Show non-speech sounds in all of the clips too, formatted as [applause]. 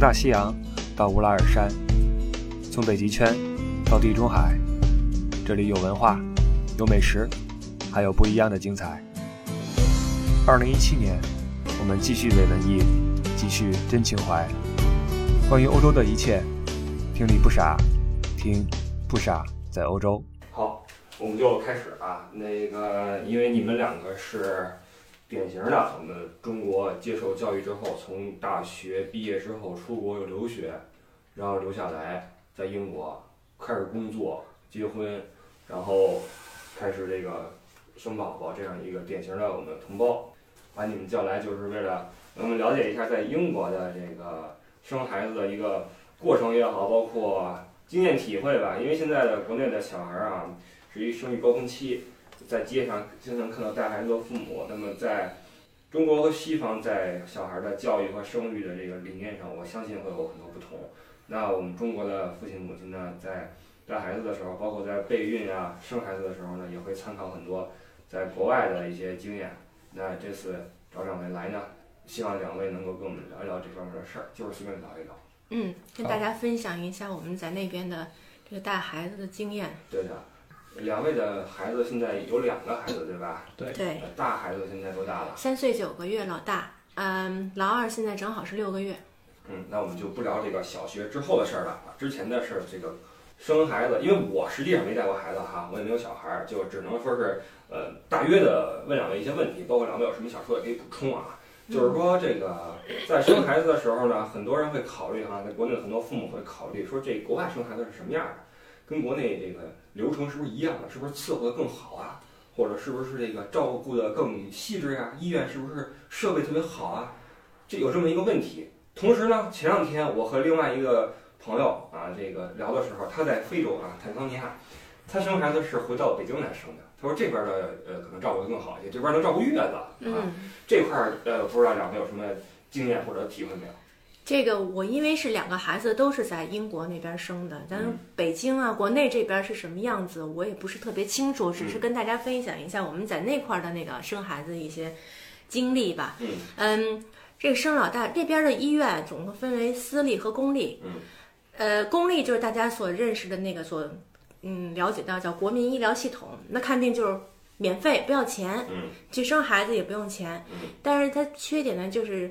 大西洋到乌拉尔山，从北极圈到地中海，这里有文化，有美食，还有不一样的精彩。二零一七年，我们继续伪文艺，继续真情怀。关于欧洲的一切，听你不傻，听不傻在欧洲。好，我们就开始啊。那个，因为你们两个是典型的我们中国接受教育之后，从大学毕业之后出国又留学，然后留下来在英国开始工作、结婚，然后开始这个生宝宝这样一个典型的我们同胞，把你们叫来就是为了我们了解一下在英国的这个生孩子的一个过程也好，包括。经验体会吧，因为现在的国内的小孩儿啊，是一生育高峰期，在街上经常看到带孩子的父母。那么在中国和西方在小孩儿的教育和生育的这个理念上，我相信会有很多不同。那我们中国的父亲母亲呢，在带孩子的时候，包括在备孕啊、生孩子的时候呢，也会参考很多在国外的一些经验。那这次找两位来呢，希望两位能够跟我们聊一聊这方面的事儿，就是随便聊一聊。嗯，跟大家分享一下我们在那边的这个带孩子的经验。对的，两位的孩子现在有两个孩子，对吧？对，呃大孩子现在多大了？三岁九个月，老大，嗯，老二现在正好是六个月。嗯，那我们就不聊这个小学之后的事儿了啊，之前的事儿这个生孩子，因为我实际上没带过孩子哈，我也没有小孩儿，就只能说是呃大约的问两位一些问题，包括两位有什么想说也可以补充啊。就是说，这个在生孩子的时候呢，很多人会考虑哈，在国内很多父母会考虑说，这国外生孩子是什么样的，跟国内这个流程是不是一样的，是不是伺候的更好啊，或者是不是这个照顾的更细致啊，医院是不是设备特别好啊，这有这么一个问题。同时呢，前两天我和另外一个朋友啊，这个聊的时候，他在非洲啊，坦桑尼亚，他生孩子是回到北京来生的。他说这边的呃可能照顾的更好一些，这边能照顾月子啊，嗯，这块儿呃不知道两位有什么经验或者体会没有？这个我因为是两个孩子都是在英国那边生的，但是嗯北京啊，国内这边是什么样子，我也不是特别清楚，只是跟大家分享一下我们在那块儿的那个生孩子一些经历吧。嗯嗯，这个生老大这边的医院总共分为私立和公立。嗯，呃，公立就是大家所认识的那个所嗯了解到叫国民医疗系统，那看病就是免费不要钱，嗯去生孩子也不用钱。嗯但是它缺点呢就是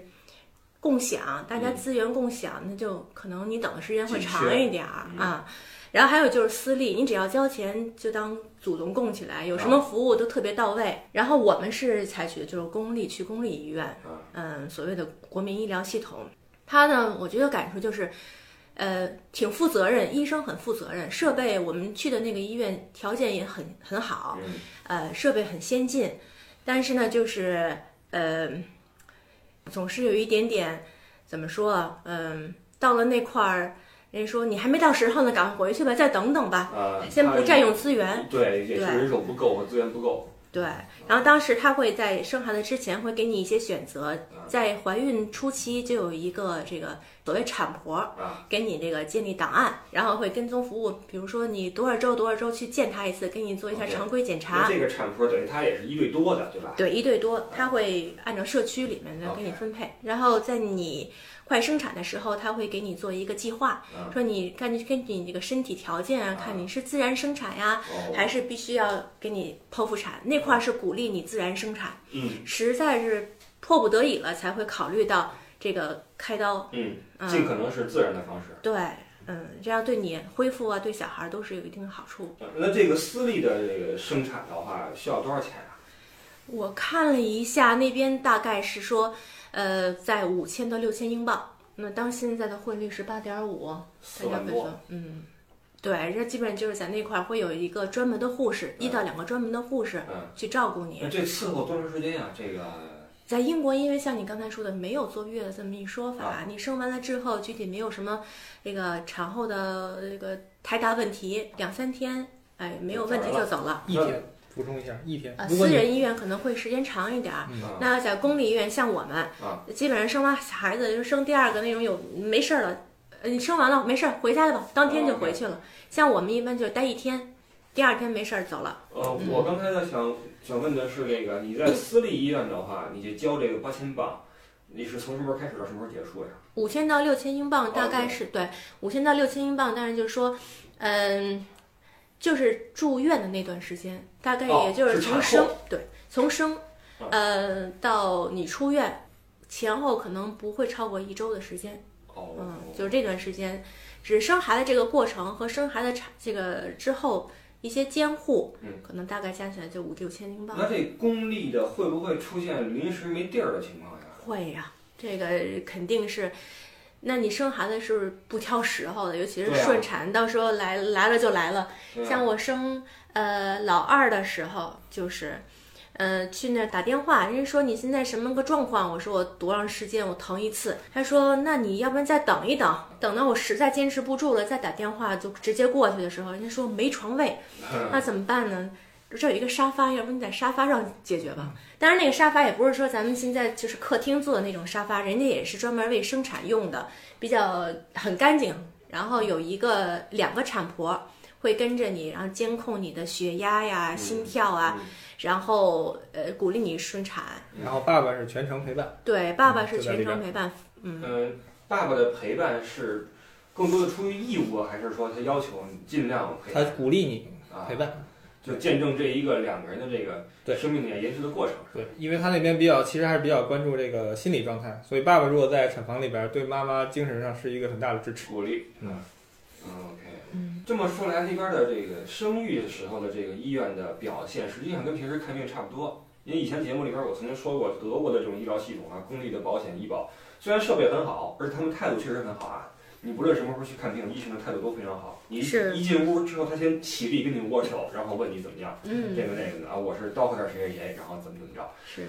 共享，大家嗯资源共享，那就可能你等的时间会紧长缺一点儿、嗯啊。然后还有就是私立，你只要交钱就当祖宗供起来，有什啊么服务都特别到位。然后我们是采取的就是公立，去公立医院，啊嗯，所谓的国民医疗系统，它呢，我觉得感触就是，呃，挺负责任，医生很负责任，设备我们去的那个医院条件也很很好，嗯呃，设备很先进，但是呢，就是呃，总是有一点点怎么说啊，嗯、到了那块儿，人家说你还没到时候呢，赶快回去吧，再等等吧，啊，先不占用。用资源。对，也是人手不够和资源不够。对，然后当时他会在生孩子之前会给你一些选择，在怀孕初期就有一个这个所谓产婆啊，给你这个建立档案，然后会跟踪服务，比如说你多少周多少周去见他一次，给你做一下 OK 常规检那查。这个产婆等于她也是一对多的，对吧？对，一对多，他会按照社区里面的给你 OK 分配，然后在你快生产的时候，他会给你做一个计划，嗯说你看你根据你这个身体条件啊，看你是自然生产呀，哦，还是必须要给你剖腹产，那块儿是鼓励你自然生产，嗯实在是迫不得已了才会考虑到这个开刀，嗯，尽嗯，可能是自然的方式。对，嗯，这样对你恢复啊，对小孩都是有一定的好处。嗯那这个私立的这个生产的话，需要多少钱啊？我看了一下，那边大概是说，呃，在五千到六千英镑，那当现在的汇率是八点五，四大家万分多。分，嗯。对，这基本就是在那块儿会有一个专门的护士，一到两个专门的护士嗯，去照顾你那。这伺候多长时间呀、这个啊在英国，因为像你刚才说的，没有坐月的这么一说法，啊你生完了之后，具体没有什么那个产后的呃那个太大问题，两三天，哎，没有问题就走了。一天，补充一下，一天呃，。如果私你嗯人医院可能会时间长一点儿。啊那在公立医院，像我们，啊基本上生完孩子就生第二个那种有没事儿了，呃，你生完了没事儿回家吧，当天就回去了。像我们一般就待一天，第二天没事儿走了。呃，嗯我刚才呢想想问的是，这个你在私立医院的话，你就交这个八千镑，你是从什么时候开始到什么时候结束呀？五千到六千英镑，大概哦是、对五千到六千英镑，但是就是说，嗯，就是住院的那段时间，大概哦也就是是从产生、后对从生嗯呃到你出院前后可能不会超过一周的时间，哦，嗯，就是这段时间，只是生孩子这个过程和生孩子产这个之后一些监护，嗯可能大概加起来就五六千英镑。那这公立的会不会出现临时没地儿的情况呀？会呀、这个肯定是。那你生孩子是不挑时候的，尤其是对啊顺产，到时候来来了就来了。对啊 [laughs] 像我生呃老二的时候，就是，呃去那儿打电话，人家说你现在什么个状况？我说我多长时间我疼一次。他说那你要不然再等一等，等到我实在坚持不住了再打电话，就直接过去的时候，人家说没床位，那怎么办呢？这有一个沙发，要不你在沙发上解决吧。当然，那个沙发也不是说咱们现在就是客厅坐的那种沙发，人家也是专门为生产用的，比较很干净。然后有一个两个产婆会跟着你，然后监控你的血压呀、心跳啊，然后呃鼓励你顺产。然后爸爸是全程陪伴，对，爸爸嗯是就在全这边程陪伴，嗯，嗯，爸爸的陪伴是更多的出于义务啊，还是说他要求你尽量陪他伴鼓励你啊陪？伴。就见证这一个两个人的这对个生命的延续的过程。对，因为他那边比较，其实还是比较关注这个心理状态，所以爸爸如果在产房里边，对妈妈精神上是一个很大的支持。鼓励。嗯嗯，OK。嗯这么说来，那边的这个生育的时候的这个医院的表现，实际上跟平时看病差不多。因为以前节目里边我曾经说过，德国的这种医疗系统啊，公立的保险医保，虽然设备很好，而且他们态度确实很好啊。你不论什么时候去看病，医生的态度都非常好。你一是一进屋之后，他先起立跟你握手，然后问你怎么样，这嗯个那个的啊，我是 doctor 谁谁谁，然后怎么怎么着。是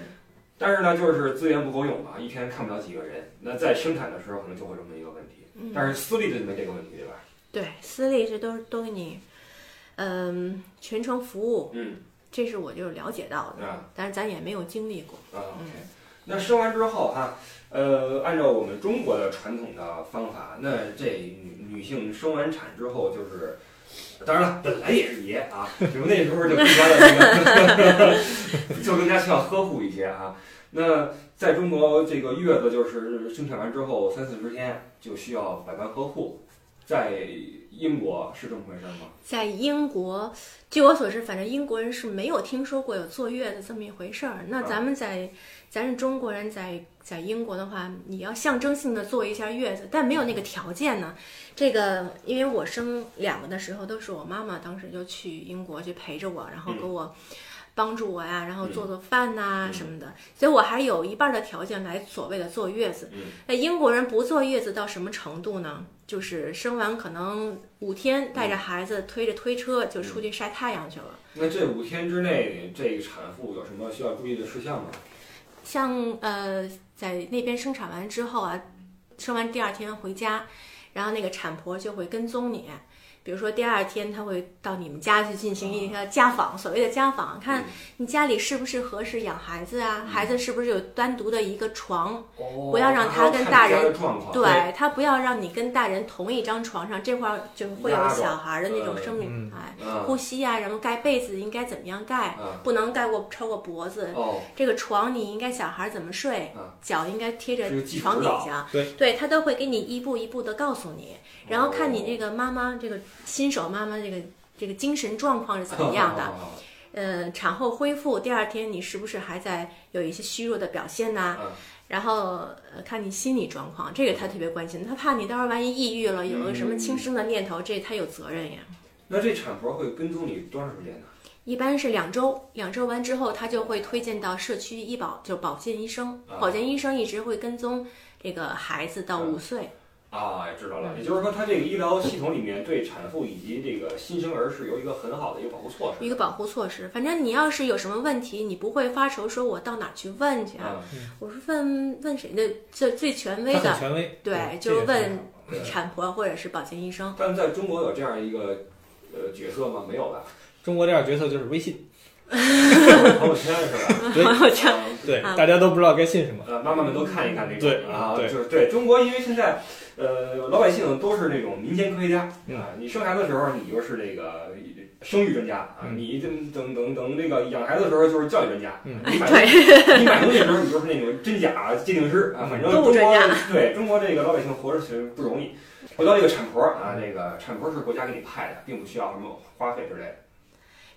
但是呢，就是资源不够用啊，一天看不了几个人。那在生产的时候，可能就会这么一个问题。嗯。但是私立的就没这个问题，对吧？对，私立这都是都给你，嗯，全程服务，嗯，这是我就了解到的，啊但是咱也没有经历过。啊，OK 嗯。那生完之后哈，呃，按照我们中国的传统的方法，那这女女性生完产之后就是，当然了，本来也是爷啊，只不过那时候就更加的那个 [laughs] 就更加需要呵护一些啊。那在中国，这个月子就是生产完之后三四十天就需要百般呵护，在英国是这么回事吗？在英国，据我所知，反正英国人是没有听说过有坐月子这么一回事儿。那啊咱们在，咱是中国人在在英国的话，你要象征性的坐一下月子，但没有那个条件呢。这个，因为我生两个的时候，都是我妈妈当时就去英国去陪着我，然后给我。帮助我呀，然后做做饭呐、嗯什么的，所以我还有一半的条件来所谓的坐月子。嗯那哎英国人不坐月子到什么程度呢？就是生完可能五天，带着孩子推着推车就出去晒太阳去了。那这五天之内，这个产妇有什么需要注意的事项吗？像呃，在那边生产完之后啊，生完第二天回家，然后那个产婆就会跟踪你。比如说第二天，她会到你们家去进行一个家访，所谓的家访，看你家里是不是合适养孩子啊，孩子是不是有单独的一个床，哦不要让他跟大人还要看你家的状况。对他不要让你跟大人同一张床上，这块儿就会有压着小孩儿的那种嗯生命嗯哎，嗯，呼吸啊，然后盖被子应该怎么样盖，嗯，不能盖过超过脖子。哦， [laughs] 这个床你应该小孩儿怎么睡嗯，脚应该贴着这个技术床底指导下，对他都会给你一步一步的告诉你，然后看哦你这个妈妈这个新手妈妈这个这个精神状况是怎么样的，哦？呃，产后恢复第二天你是不是还在有一些虚弱的表现呐、嗯然后呃，看你心理状况，这个他特别关心，他怕你到时候万一抑郁了，有个什么嗯轻生的念头，这他有责任呀。 [laughs] 那这产婆会跟踪你多长时间呢？一般是两周，两周完之后，他就会推荐到社区医保，就保健医生。啊保健医生一直会跟踪这个孩子到啊五岁。啊，知道了。也就是说，他这个医疗系统里面对产妇以及这个新生儿是有一个很好的一个保护措施。一个保护措施。反正你要是有什么问题，你不会发愁说我到哪儿去问去啊？嗯，我是问问谁的？最最权威他的很权威，对嗯就是这个很问好对。产婆或者是保健医生。但在中国有这样一个呃角色吗？没有 [laughs] 吧？中国这样角色就是微信，朋友圈是 [laughs] 吧？我这啊对，啊大家都不知道该信什么。呃，妈妈们都看一看这种对嗯啊，对就是对中国，因为现在呃老百姓都是那种民间科学家嗯啊，你生孩子的时候你就是这个生育专家啊，嗯你等等等等那个养孩子的时候就是教育专 [laughs] 家，嗯你买对， [laughs] 你买东西的时候你就是那种真假鉴定师啊，反正购中物国嗯专家对中国这个老百姓活着其实不容易。回到这个产婆啊，这个产婆是国家给你派的，并不需要什么花费之类的。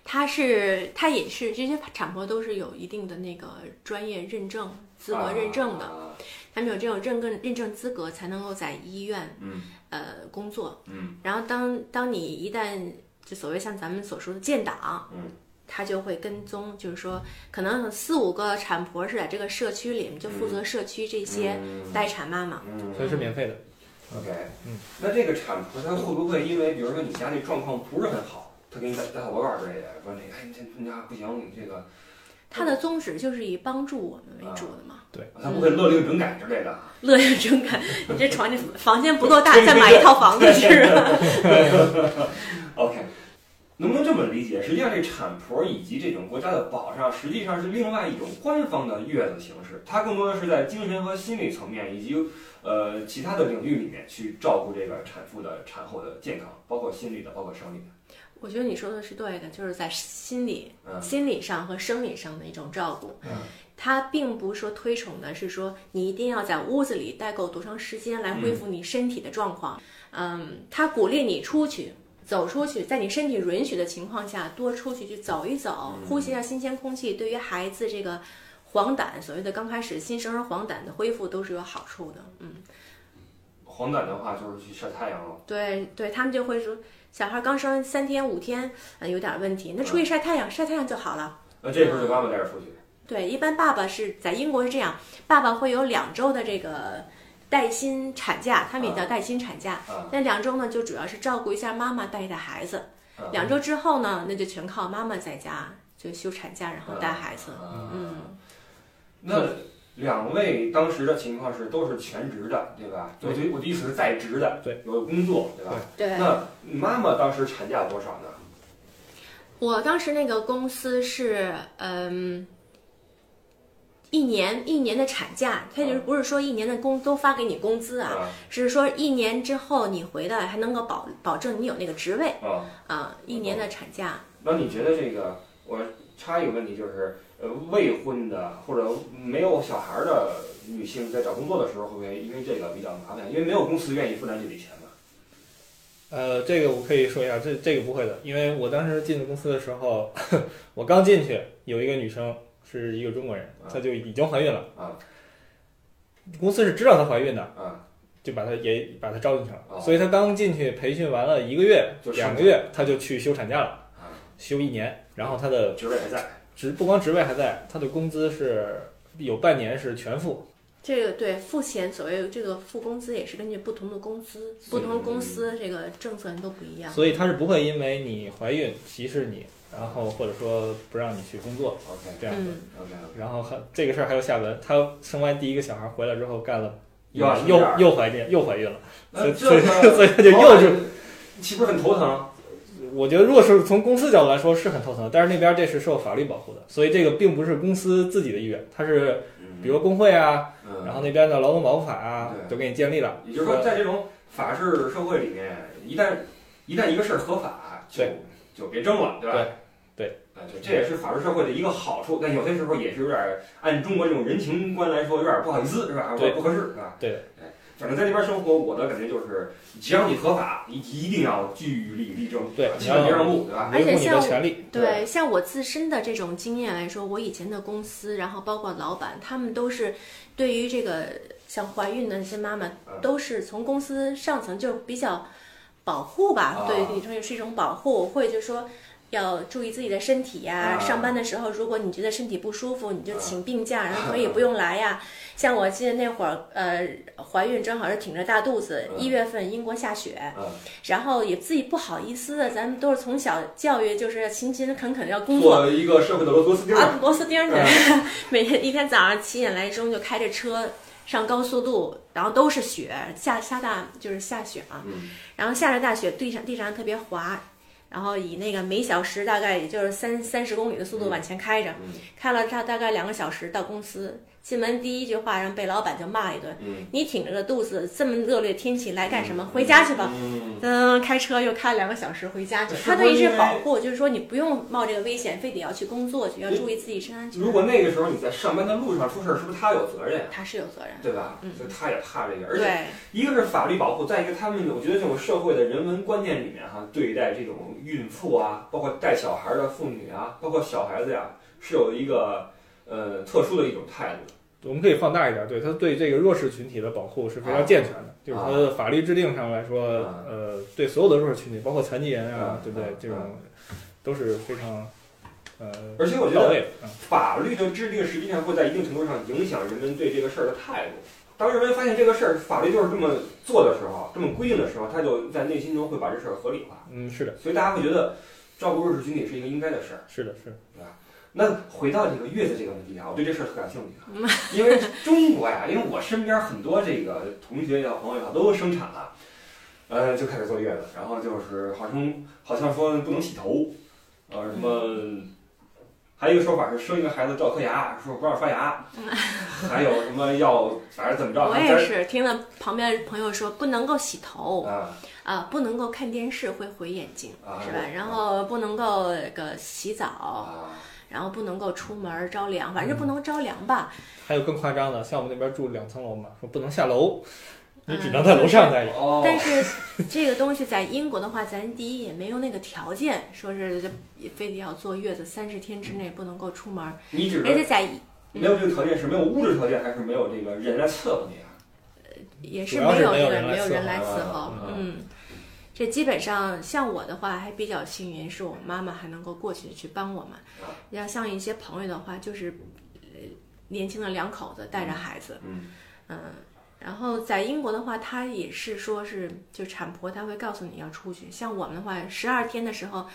它是它也是这些产婆都是有一定的那个专业认证、资格认证的，啊他们有这种认证认证资格才能够在医院嗯呃工作。嗯，然后当当你一旦就所谓像咱们所说的建档，嗯，他就会跟踪，就是说可能四五个产婆是在这个社区里面就负责社区这些嗯待产妈妈。嗯所以是免费的。 OK，嗯，那这个产婆她会不会因为，比如说你家那状况不是很好，她给你打打小报告之类的，说那个哎你这你家不行，你这个，它的宗旨就是以帮助我们啊为主的嘛，她不会勒令整改之类的。啊乐乐整改。你这床这房间不够 [laughs] 大，再买一套房子是吧？ OK，能不能这么理解？实际上，这产婆以及这种国家的保障，实际上是另外一种官方的月子形式，它更多的是在精神和心理层面以及呃其他的领域里面去照顾这个产妇的产后的健康，包括心理的，包括生理的。我觉得你说的是对的，就是在心理、嗯心理上和生理上的一种照顾。嗯它并不是说推崇的是说你一定要在屋子里待够多长时间来恢嗯复你身体的状况。嗯，它鼓励你出去。走出去，在你身体允许的情况下，多出去去走一走，嗯呼吸一下新鲜空气，对于孩子这个黄疸，所谓的刚开始新生儿黄疸的恢复都是有好处的。嗯，黄疸的话就是去晒太阳了。对对，他们就会说，小孩刚生完三天五天，呃，有点问题，那出去晒太阳，晒太阳就好了。那这时候就妈妈带着出去。对，一般爸爸是在英国是这样，爸爸会有两周的这个带薪产假，他们也叫带薪产假。啊那两周呢，就主要是照顾一下妈妈，带一带孩子。啊两周之后呢，那就全靠妈妈在家就休产假，然后带孩子。啊嗯，那两位当时的情况是都是全职的，对吧？对我的我的意思是在职的，对，有工作，对吧？对。那妈妈当时产假多少呢？我当时那个公司是，嗯，一年一年的产假，它就是不是说一年的工都发给你工资啊，啊只是说一年之后你回来还能够保保证你有那个职位啊，啊，一年的产假。那你觉得这个？我插一个问题，就是呃，未婚的或者没有小孩的女性在找工作的时候，会不会因为这个比较麻烦？因为没有公司愿意负担这笔钱嘛。呃，这个我可以说一下，这这个不会的，因为我当时进公司的时候， [laughs] 我刚进去，有一个女生是一个中国人啊，她就已经怀孕了啊。公司是知道她怀孕的，啊，就把她也把她招进去哦了，所以她刚进去培训完了一个月就、上两个岗月，她就去休产假了啊，休一年，然后她的职位还在。职不光职位还在，她的工资是有半年是全付，这个对付钱，所谓这个付工资也是根据不同的公司、不同的公司这个政策都不一样。所以她是不会因为你怀孕歧视你，然后或者说不让你去工作 OK 这样的。嗯， OK OK。然后还这个事儿还有下文，她生完第一个小孩回来之后干了一又要年，生又第二又怀孕，又怀孕了，所那以这所以个哦所以她就又是，岂不是很头疼？我觉得如果是从公司角度来说是很头疼，但是那边这是受法律保护的，所以这个并不是公司自己的意愿，它是比如工会啊，嗯，然后那边的劳动保护法啊对都给你建立了，也就是说，在这种法治社会里面，一旦一旦一个事儿合法，就对就别争了，对吧？对啊，对，这也是法治社会的一个好处，但有些时候也是有点儿按中国这种人情观来说，有点儿不好意思，是吧？对不合适，是吧？对哎，反正在那边生活，我的感觉就是，只要你合法，你一定要据理力争，啊对千万别让步，对吧？维而且护你的像权利。对对，像我自身的这种经验来说，我以前的公司，然后包括老板，他们都是对于这个像怀孕的那些妈妈嗯，都是从公司上层就比较保护啊吧，对女生也是一种保护，或者就说。要注意自己的身体呀、啊上班的时候，如果你觉得身体不舒服，你就啊请病假，然后可嗯以不用来呀。像我记得那会儿，呃，怀孕正好是挺着大肚子，嗯一月份英国下雪，嗯，然后也自己不好意思的，咱们都是从小教育就是勤勤恳恳要工作。做一个社会的螺丝钉儿，嗯啊，螺丝钉儿去，每天一天早上七点来钟就开着车上高速路，然后都是雪，下下大就是下雪嘛，嗯，然后下着大雪，地上地上特别滑，然后以那个每小时大概也就是三三十公里的速度往前开着，嗯开了大大概两个小时到公司，进门第一句话让被老板就骂一顿。嗯，你挺着个肚子，这么恶劣天气来干什么？回家去吧。嗯，嗯，开车又开两个小时回家去。是他不对是你因是为保护，就是说你不用冒这个危险，非得要去工作去，要注意自己身安全。嗯如果那个时候你在上班的路上出事儿，是不是他有责任呀？他是有责任，对吧？嗯所以他也怕这个，而且对，一个是法律保护，再一个他们，我觉得这种社会的人文观念里面哈、对待这种孕妇啊，包括带小孩的妇女啊，包括小孩子呀、是有一个呃特殊的一种态度。我们可以放大一点，对他对这个弱势群体的保护是非常健全的，就是他的法律制定上来说，啊呃，对所有的弱势群体，包括残疾人啊啊，对不对啊？这种都是非常呃而且我觉到得位的。嗯法律的制定实际上会在一定程度上影响人们对这个事儿的态度。当人们发现这个事儿法律就是这么做的时候，这么规定的时候，他就在内心中会把这事儿合理化，嗯，是的，所以大家会觉得照顾弱势群体是一个应该的事儿。是的，是的。那回到这个月子这个问题啊，我对这事儿特感兴趣嗯啊， [laughs] 因为中国呀，因为我身边很多这个同学也好、朋友也好都生产了，呃，就开始坐月子，然后就是好像好像说不能洗头，呃，什么，还有一个说法是生一个孩子照颗牙，说不让刷 [laughs] 牙，还有什么要反正怎么着，我还也是是听了旁边朋友说不能够洗头啊啊，不能够看电视会毁眼睛，啊是吧？然后不能够那个洗澡，啊，然后不能够出门儿着凉，反正不能着凉吧。还有更夸张的，像我们那边住两层楼嘛，说不能下楼，你嗯只能在楼上待着。哦，但是这个东西在英国的话，咱第一也没有那个条件，说是非得要坐月子三十天之内不能够出门儿，你只而是且在没有这个条件，是没有物质条件，还是没有这个人来伺候你啊？也是主要没是有没这有个人来没有伺人候来伺啊候，嗯嗯。这基本上像我的话还比较幸运，是我妈妈还能够过去去帮我们。要像一些朋友的话，就是呃年轻的两口子带着孩子，嗯嗯，然后在英国的话，他也是说是就产婆她会告诉你要出去，像我们的话，十二天的时候。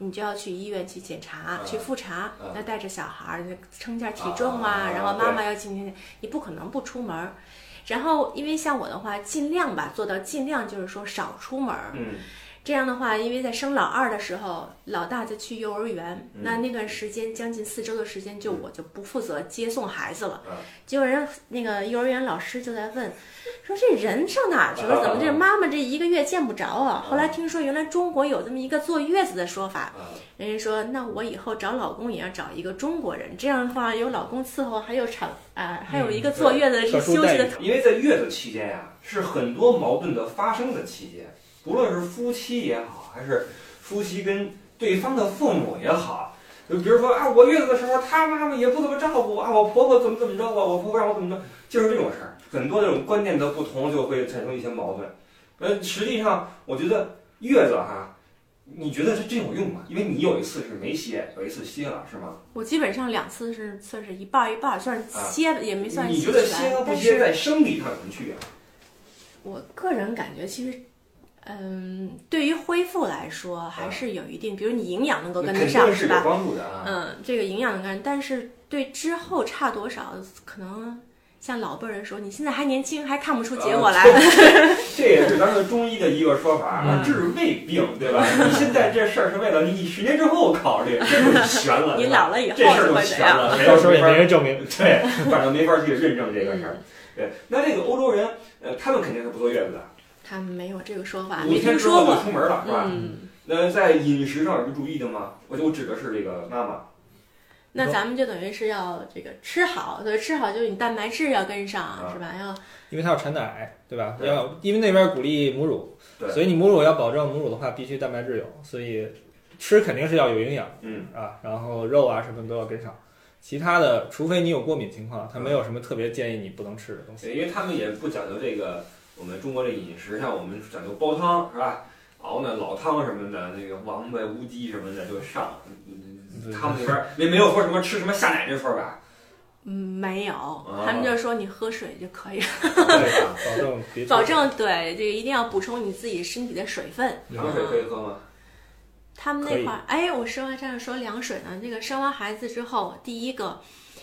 你就要去医院去检查、啊去复查啊，那带着小孩儿称一下体重啊，啊然后妈妈要进行，你不可能不出门儿。然后，因为像我的话，尽量吧，做到尽量就是说少出门儿。嗯这样的话，因为在生老二的时候，老大在去幼儿园，嗯那那段时间将近四周的时间，就我就不负责接送孩子了。嗯结果人那个幼儿园老师就在问，说这人上哪儿去了？怎么这妈妈这一个月见不着啊？嗯后来听说原来中国有这么一个坐月子的说法，啊。人家说那我以后找老公也要找一个中国人，这样的话有老公伺候，还有产啊，还有一个坐月子嗯特殊休待息遇的因为在月子期间呀、是很多矛盾的发生的期间，不论是夫妻也好，还是夫妻跟对方的父母也好，就比如说啊，我月子的时候，他妈妈也不怎么照顾我啊，我婆婆怎么怎么着啊，我婆婆让我怎么着，就是这种事儿，很多这种观念的不同就会产生一些矛盾。呃，实际上我觉得月子哈、你觉得是真有用吗？因为你有一次是没歇，有一次歇了，是吗？我基本上两次是算是一半儿一半儿，算是啊歇、也没算你觉歇起得歇来和，不但歇是在生理上有什么区别？我个人感觉其实。嗯，对于恢复来说还是有一定，比如你营养能够跟得嗯肯上，定是是有吧？帮助的啊。嗯，这个营养能跟，但是对之后差多少，可能像老辈儿人说，你现在还年轻，还看不出结啊果来。呃这也是咱们中医的一个说法，啊嗯治未病，对吧？你现在这事儿是为了你十年之后考虑，这就悬了。 [laughs] 你对吧老了以后这事儿就就会怎悬样？了，没有到时候也法没人证明。 [laughs] 对，反正没法去认证这个事嗯儿。对，那这个欧洲人，呃，他们肯定是不坐月子的，他们没有这个说法，五啊没天听之后说就过。出门了，是吧？嗯，那在饮食上有什么注意的吗？我就我指的是这个妈妈，那咱们就等于是要这个吃好，对，吃好就是你蛋白质要跟上，啊是吧？要因为它要产奶，对吧？对要因为那边鼓励母乳，对所以你母乳要保证母乳的话，必须蛋白质有，所以吃肯定是要有营养嗯，啊，然后肉啊什么都要跟上。其他的，除非你有过敏情况，它没有什么特别建议你不能吃的东西。对，因为他们也不讲究这个我们中国这饮食，像我们讲究煲汤是吧？熬那老汤什么的，那个王八、乌鸡什么的就上。嗯他们那边儿没没有说什么吃什么下奶这说吧？嗯没有，啊他们就说你喝水就可以了，对吧？保证别吃保证对这个一定要补充你自己身体的水分。嗯凉水可以喝吗？他们可那以块儿，哎，我生完这样说凉水呢，这个生完孩子之后，第一个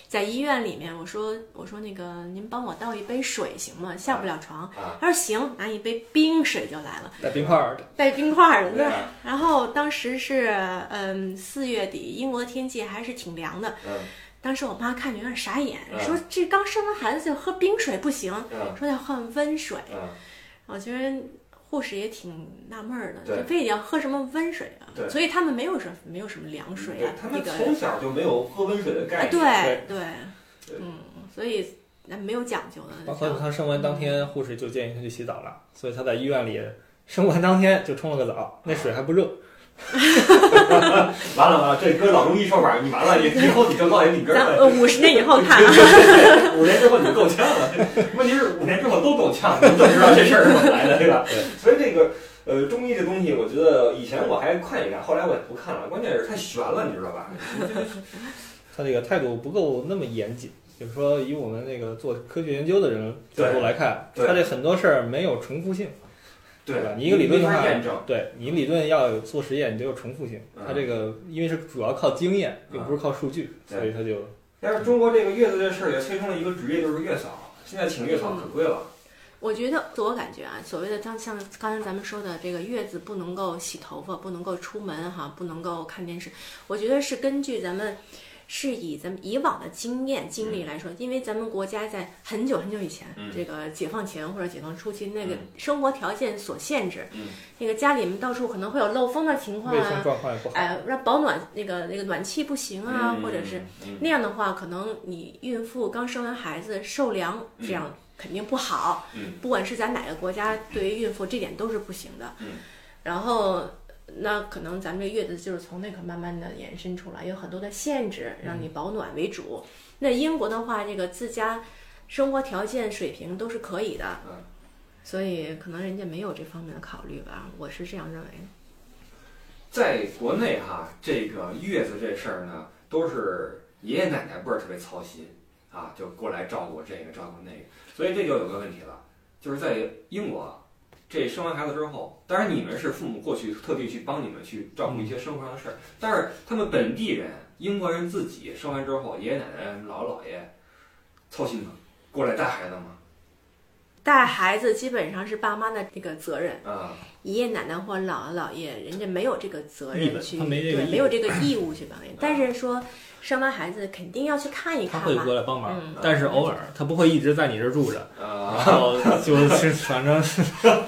在医院里面，我说我说那个您帮我倒一杯水行吗？下不了床，啊，他说行，拿一杯冰水就来了，带冰块儿的，带冰块儿的。对啊那吧？然后当时是嗯四月底，英国的天气还是挺凉的，嗯，当时我妈看着有点傻眼，嗯说这刚生完孩子就喝冰水不行，嗯说要换温水。嗯，我觉得啊护士也挺纳闷儿的，对就非得要喝什么温水啊？对嗯所以他们没有什么没有什么凉水对啊，他那们个从小就没有喝温水的啊概，念，对对对嗯，所以那没有讲究包的，括她生完当天，护士就建议她去洗澡了，所以她在医院里生完当天就冲了个澡，那水还不热。完了完了，这跟老中医说法，你完了， [laughs] 你以后你就落在里边咱了。呃五十年以后看啊，五年之后你就够呛了。 [laughs] 问题是五年之后都够呛，你怎么知道这事儿是怎么来的，对吧？所以这个呃，中医这东西，我觉得以前我还看一看，后来我也不看了。关键是太悬了，你知道吧？她这个态度不够那么严谨，就是说以我们那个做科学研究的人角度来看，对对她这很多事儿没有重复性。对吧？你一个理论没的法话验证，对你理论要有做实验，你得有重复性。它这个因为是主要靠经验，嗯又不是靠数据，对所以它就但是中国这个月子这事儿也催生了一个职业，就是月嫂。现在请月嫂可贵了，我觉得自我感觉啊，所谓的像像刚才咱们说的这个月子不能够洗头发，不能够出门哈，不能够看电视，我觉得是根据咱们。是以咱们以往的经验经历来说，因为咱们国家在很久很久以前，嗯这个解放前或者解放初期，那个嗯生活条件所限制，嗯那个家里面到处可能会有漏风的情况卫生啊，状况也不好。哎，让保暖那个那个暖气不行啊，嗯或者是嗯那样的话，可能你孕妇刚生完孩子受凉，这样肯定不好。嗯不管是咱哪个国家，对于孕妇这点都是不行的。嗯然后，那可能咱们这月子就是从那个慢慢的延伸出来，有很多的限制，让嗯你保暖为主。那英国的话，这个自家生活条件水平都是可以的，嗯所以可能人家没有这方面的考虑吧，我是这样认为的。在国内哈，这个月子这事儿呢，都是爷爷奶奶辈儿特别操心啊，就过来照顾这个照顾那个，所以这就有个问题了，就是在英国，这生完孩子之后，当然你们是父母过去特地去帮你们去照顾一些生活上的事儿，但是他们本地人英国人自己生完之后，爷爷奶奶、姥姥姥爷操心吗？过来带孩子吗？带孩子基本上是爸妈的这个责任，啊，爷爷奶奶或姥姥姥爷，人家没有这个责义任务去，他没这个对，义务嗯没有这个义务去帮 [laughs] 你。但是说生完孩子肯定要去看一他看会嘛过，来帮忙，嗯但是偶尔他不会一直在你这儿住着，然啊，后就是 [laughs] [laughs] 反正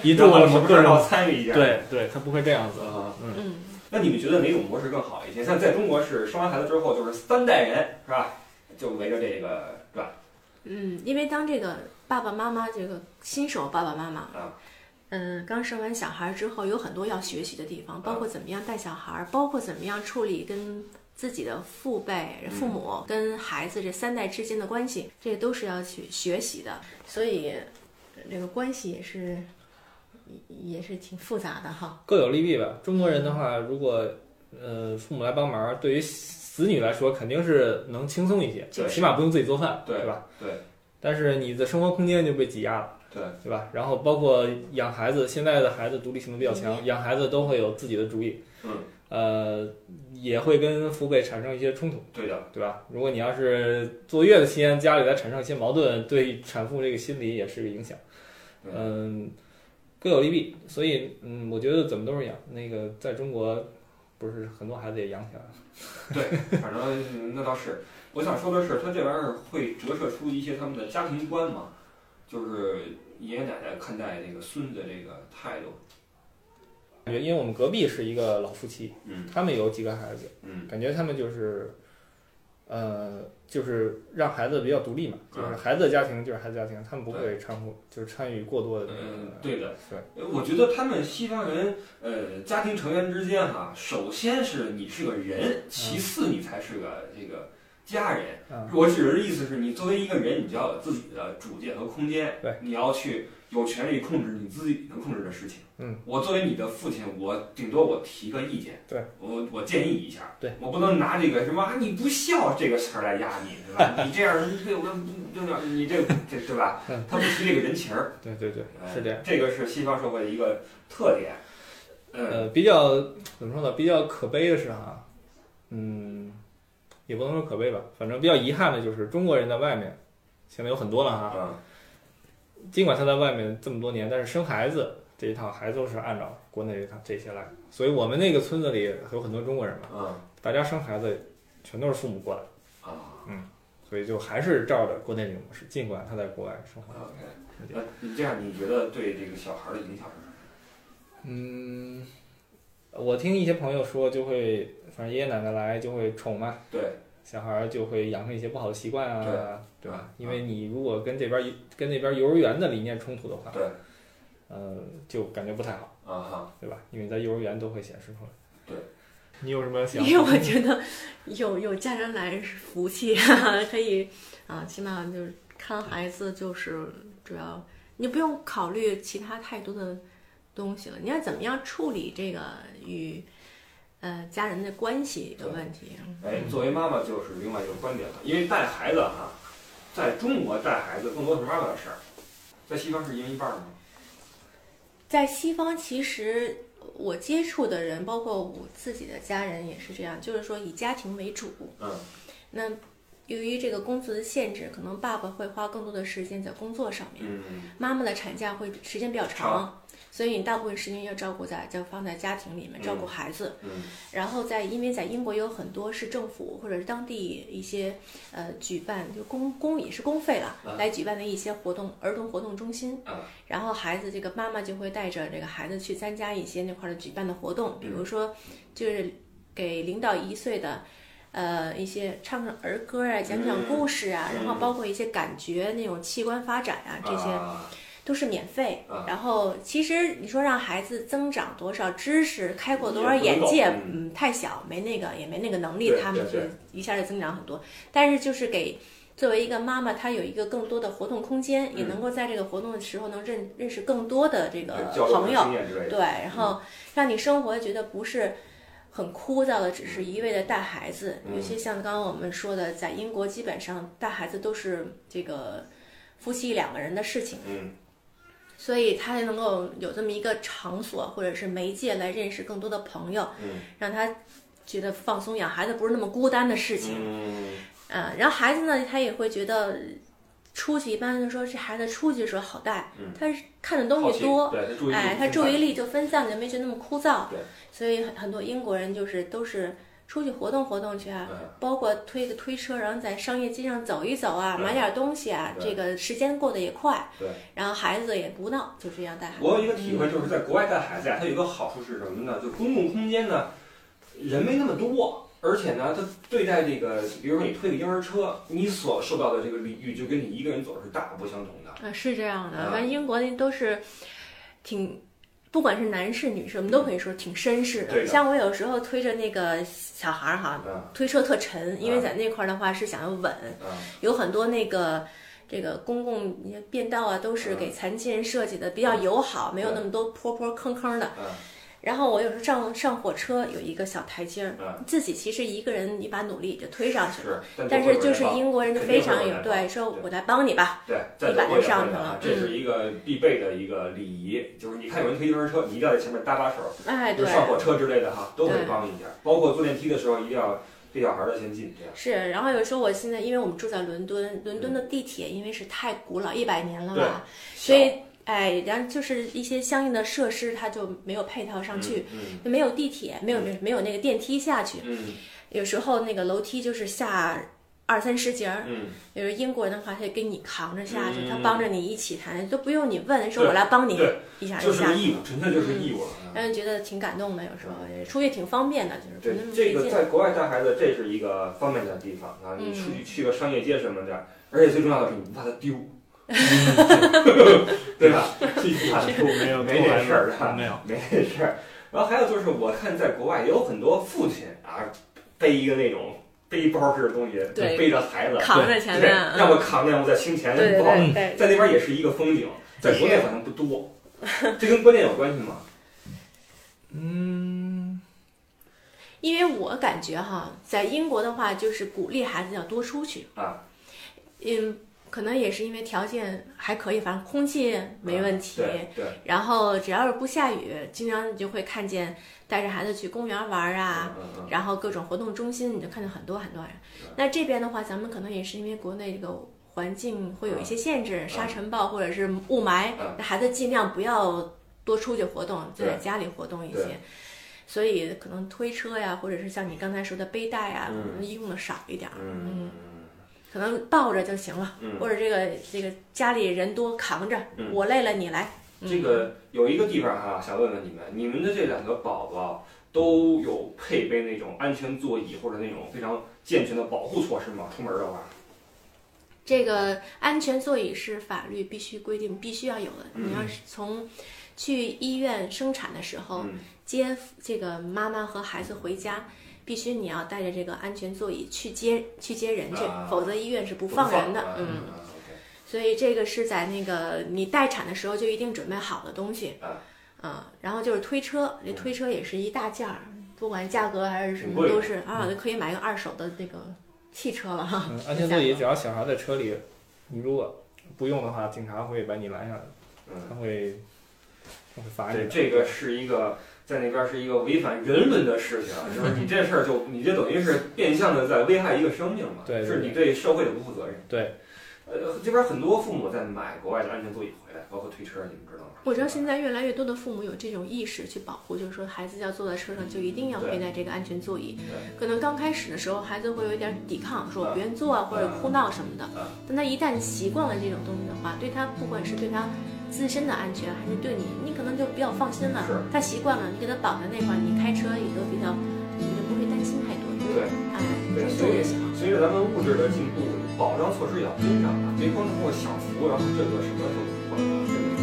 一住然后了什么事各儿要种参与一下？对对，他不会这样子。啊。嗯，那你们觉得哪种模式更好一些？像在中国是生完孩子之后就是三代人是吧？就围着这个转，嗯，因为当这个爸爸妈妈这个新手爸爸妈妈啊，嗯，刚生完小孩之后，有很多要学习的地方，包括怎么样带小孩，包括怎么样处理跟自己的父辈、父母跟孩子这三代之间的关系，这都是要去学习的。所以，这个关系也是也也是挺复杂的哈。各有利弊吧。中国人的话，如果呃父母来帮忙，对于子女来说肯定是能轻松一些，对起码不用自己做饭，对吧？对。但是你的生活空间就被挤压了，对对吧？然后包括养孩子，现在的孩子独立性比较强，养孩子都会有自己的主意，嗯，呃，也会跟父辈产生一些冲突，对的，对吧？如果你要是坐月子期间家里再产生一些矛盾，对产妇这个心理也是个影响。对嗯，各有利弊，所以嗯，我觉得怎么都是养那个，在中国不是很多孩子也养起来了。反正嗯那倒是。我想说的是，他这玩意儿会折射出一些他们的家庭观嘛，就是爷爷奶奶看待这个孙子这个态度。感觉因为我们隔壁是一个老夫妻，嗯他们有几个孩子，嗯感觉他们就是，呃，就是让孩子比较独立嘛，就是孩子的家庭就是孩子家庭，他们不会掺和，就是参与过多的那嗯，个。对的。呃我觉得他们西方人，呃，家庭成员之间哈、首先是你是个人，其次你才是个这个家人。嗯我指的意思是你作为一个人，你就要有自己的主见和空间，对，你要去有权利控制你自己能控制的事情。嗯，我作为你的父亲，我顶多我提个意见，对我我建议一下，对我不能拿这个什么啊你不孝这个词儿来压你，对吧？你这样你这我就你这这对吧嗯？他不提这个人情儿，对对对，哎是这样。这个是西方社会的一个特点。嗯，呃，比较怎么说呢？比较可悲的是哈，嗯，也不能说可悲吧，反正比较遗憾的就是中国人在外面，现在有很多了哈。嗯，尽管他在外面这么多年，但是生孩子这一套还都是按照国内这一套这些来。所以我们那个村子里有很多中国人嘛，嗯，大家生孩子全都是父母过来，啊，所以就还是照着国内这个模式，尽管他在国外生活。 OK，那你这样你觉得对这个小孩儿的影响是什么？嗯，我听一些朋友说，就会反正爷爷奶奶来就会宠嘛，对，小孩儿就会养成一些不好的习惯啊，对吧？对因为你如果跟这边儿跟那边儿幼儿园的理念冲突的话，对，呃，就感觉不太好，啊哈，对吧？因为在幼儿园都会显示出来。对，你有什么 [laughs] 想因法？为我觉得有有家长来是福气，可以啊，起码就是看孩子，就是主要你不用考虑其他太多的东西了。你要怎么样处理这个与呃家人的关系的问题？哎，作为妈妈就是另外一个观点了，因为带孩子哈，在中国带孩子更多是妈妈的事儿，在西方是一人一半儿吗？在西方，其实我接触的人，包括我自己的家人也是这样，就是说以家庭为主。嗯，那由于这个工作的限制，可能爸爸会花更多的时间在工作上面。嗯，妈妈的产假会时间比较长，所以你大部分时间要照顾在就放在家庭里面嗯照顾孩子。嗯，然后在因为在英国也有很多是政府或者是当地一些呃举办就公公也是公费了、啊来举办的一些活动，儿童活动中心。啊然后孩子这个妈妈就会带着这个孩子去参加一些那块儿的举办的活嗯动，比如说就是给零到一岁的。呃，一些唱唱儿歌啊，讲讲故事啊，嗯然后包括一些感觉那种器官发展啊，这些啊都是免费啊。然后其实你说让孩子增长多少知识，开阔多少眼也界不够，嗯，太小，没那个也没那个能力对，他们对就对一下就增长很多。但是就是给作为一个妈妈，她有一个更多的活动空间，也嗯能够在这个活动的时候能认认识更多的这个交流呃朋友经，验嗯之类的，对，然后让你生活觉得不是很枯燥的，只是一味的带孩子。嗯尤其像刚刚我们说的，在英国基本上带孩子都是这个夫妻两个人的事情，嗯，所以他才能够有这么一个场所或者是媒介来认识更多的朋友，嗯让他觉得放松养孩子不是那么孤单的事情。嗯，嗯，然后孩子呢，他也会觉得。出去一般就说这孩子出去的时候好带，嗯他是看的东好西奇多，对，他注意力哎，他注意力就分散，就没觉得那么枯燥。对，所以很很多英国人就是都是出去活动活动去啊，嗯包括推个推车，然后在商业街上走一走啊，对买点东西啊，对这个时间过得也快，对。然后孩子也不闹，就这样带孩子。我有一个体会，就是在国外带孩子呀，它有一个好处是什么呢？就公共空间呢，人没那么多，而且呢，他对待这个，比如说你推个婴儿车，你所受到的这个礼遇就跟你一个人走是大不相同的。啊，是这样的，啊反正英国那都是挺。不管是男士女士，我们都可以说挺绅士对的。的像我有时候推着那个小孩儿哈，嗯推车特沉，因为啊在那块儿的话是想要稳，嗯有很多那个这个公共便道啊，都是给残疾人设计的，比较友好，没有那么多坡坡坑坑的。嗯然后我有时候上上火车有一个小台阶儿，嗯，自己其实一个人一把努力就推上去了。是，但是就是英国人就非常肯定会有有人帮对，说我来帮你吧，对，在一把国就上去嗯了啊这是一个必备的一个礼仪，就是你看有人推婴儿车，你一定要在前面搭把手，哎，就对是，上火车之类的哈，都会对帮一下，包括坐电梯的时候一定要对小孩儿的先进，这样。是。然后有时候我现在，因为我们住在伦敦，伦敦的地铁因为是太古老，一百年了吧，所嗯以哎，然后就是一些相应的设施它就没有配套上去，，嗯没有地铁，没有没有那个电梯下去，嗯有时候那个楼梯就是下二三十节儿，嗯有时候英国人的话，他就给你扛着下去，嗯他帮着你一起弹，都不用你问，说对我来帮你对一下嗯，就就是下个去，义务，纯粹就是义务了。嗯让人觉得挺感动的。有时候出去挺方便的，嗯就是对不那么，这费个劲。在国外带孩子，这是一个方便的地方啊！你出嗯去去个商业街什么的，而且最重要的是你不怕它 [laughs] 丢，对吧？不怕它丢，没 [laughs] 有没这事儿啊，没有。没这事儿。然后还有就是，我看在国外也有很多父亲啊，背一个那种背包式的东西，对背着孩子，扛着前对，面，要么扛着，要么在胸前对对抱着。对嗯对，在那边也是一个风景，在国内好像不 [laughs] 多，这跟观念有关系吗？嗯，因为我感觉哈，在英国的话，就是鼓励孩子要多出去啊，嗯，可能也是因为条件还可以，反正空气没问题，对对，然后只要是不下雨，经常你就会看见带着孩子去公园玩啊，嗯嗯然后各种活动中心你就看见很多很多人对。那这边的话，咱们可能也是因为国内这个环境会有一些限制，沙尘暴或者是雾霾，嗯那孩子尽量不要多出去活动，就对在家里活动一对些。所以可能推车呀，或者是像你刚才说的背带呀，嗯可能用的少一点儿。嗯，可能抱着就行了，嗯或者这个这个家里人多扛着，嗯我累了你来。嗯这个有一个地方哈、想问问你们，你们的这两个宝宝都有配备那种安全座椅或者那种非常健全的保护措施吗？出门的话，这个安全座椅是法律必须规定必须要有的。嗯你要是从去医院生产的时候嗯接这个妈妈和孩子回家，必须你要带着这个安全座椅去接去接人去啊，否则医院是不放人的。啊嗯，啊，OK 所以这个是在那个你待产的时候就一定准备好的东西。啊嗯，然后就是推车，这推车也是一大件儿，不管价格还是什嗯挺么贵的嗯都是啊，都可以买个二手的那个汽车了哈。嗯，安全座椅只要小孩在车里，你如果不用的话，警察会把你拦下来，嗯，他会他会罚你对，的。这个是一个在那边是一个违反人伦的事情 [laughs] 啊，就是你这事儿就你这等于是变相的在危害一个生命嘛，对对是你对社会的不负责任。对，呃，这边很多父母在买国外的安全座椅回来，包括推车，你们知道吗？我知道现在越来越多的父母有这种意识去保护，就是说孩子要坐在车上就一定要嗯对嗯佩戴这个安全座椅对。可能刚开始的时候孩子会有一点抵抗，说我嗯不愿坐啊，或者哭闹什么的嗯。但他一旦习惯了这种东西的话，对他不管是对他自身的安全，还是对你，你可能就比较放心了是。他习惯了，你给他绑在那块儿，你开车也都比较，你就不会担心太多。对。哎，对，所坐以就行了。随着咱们物质的进步，保障措施也要跟上啊，别光通过享福，然后这个什么都不管了，这个。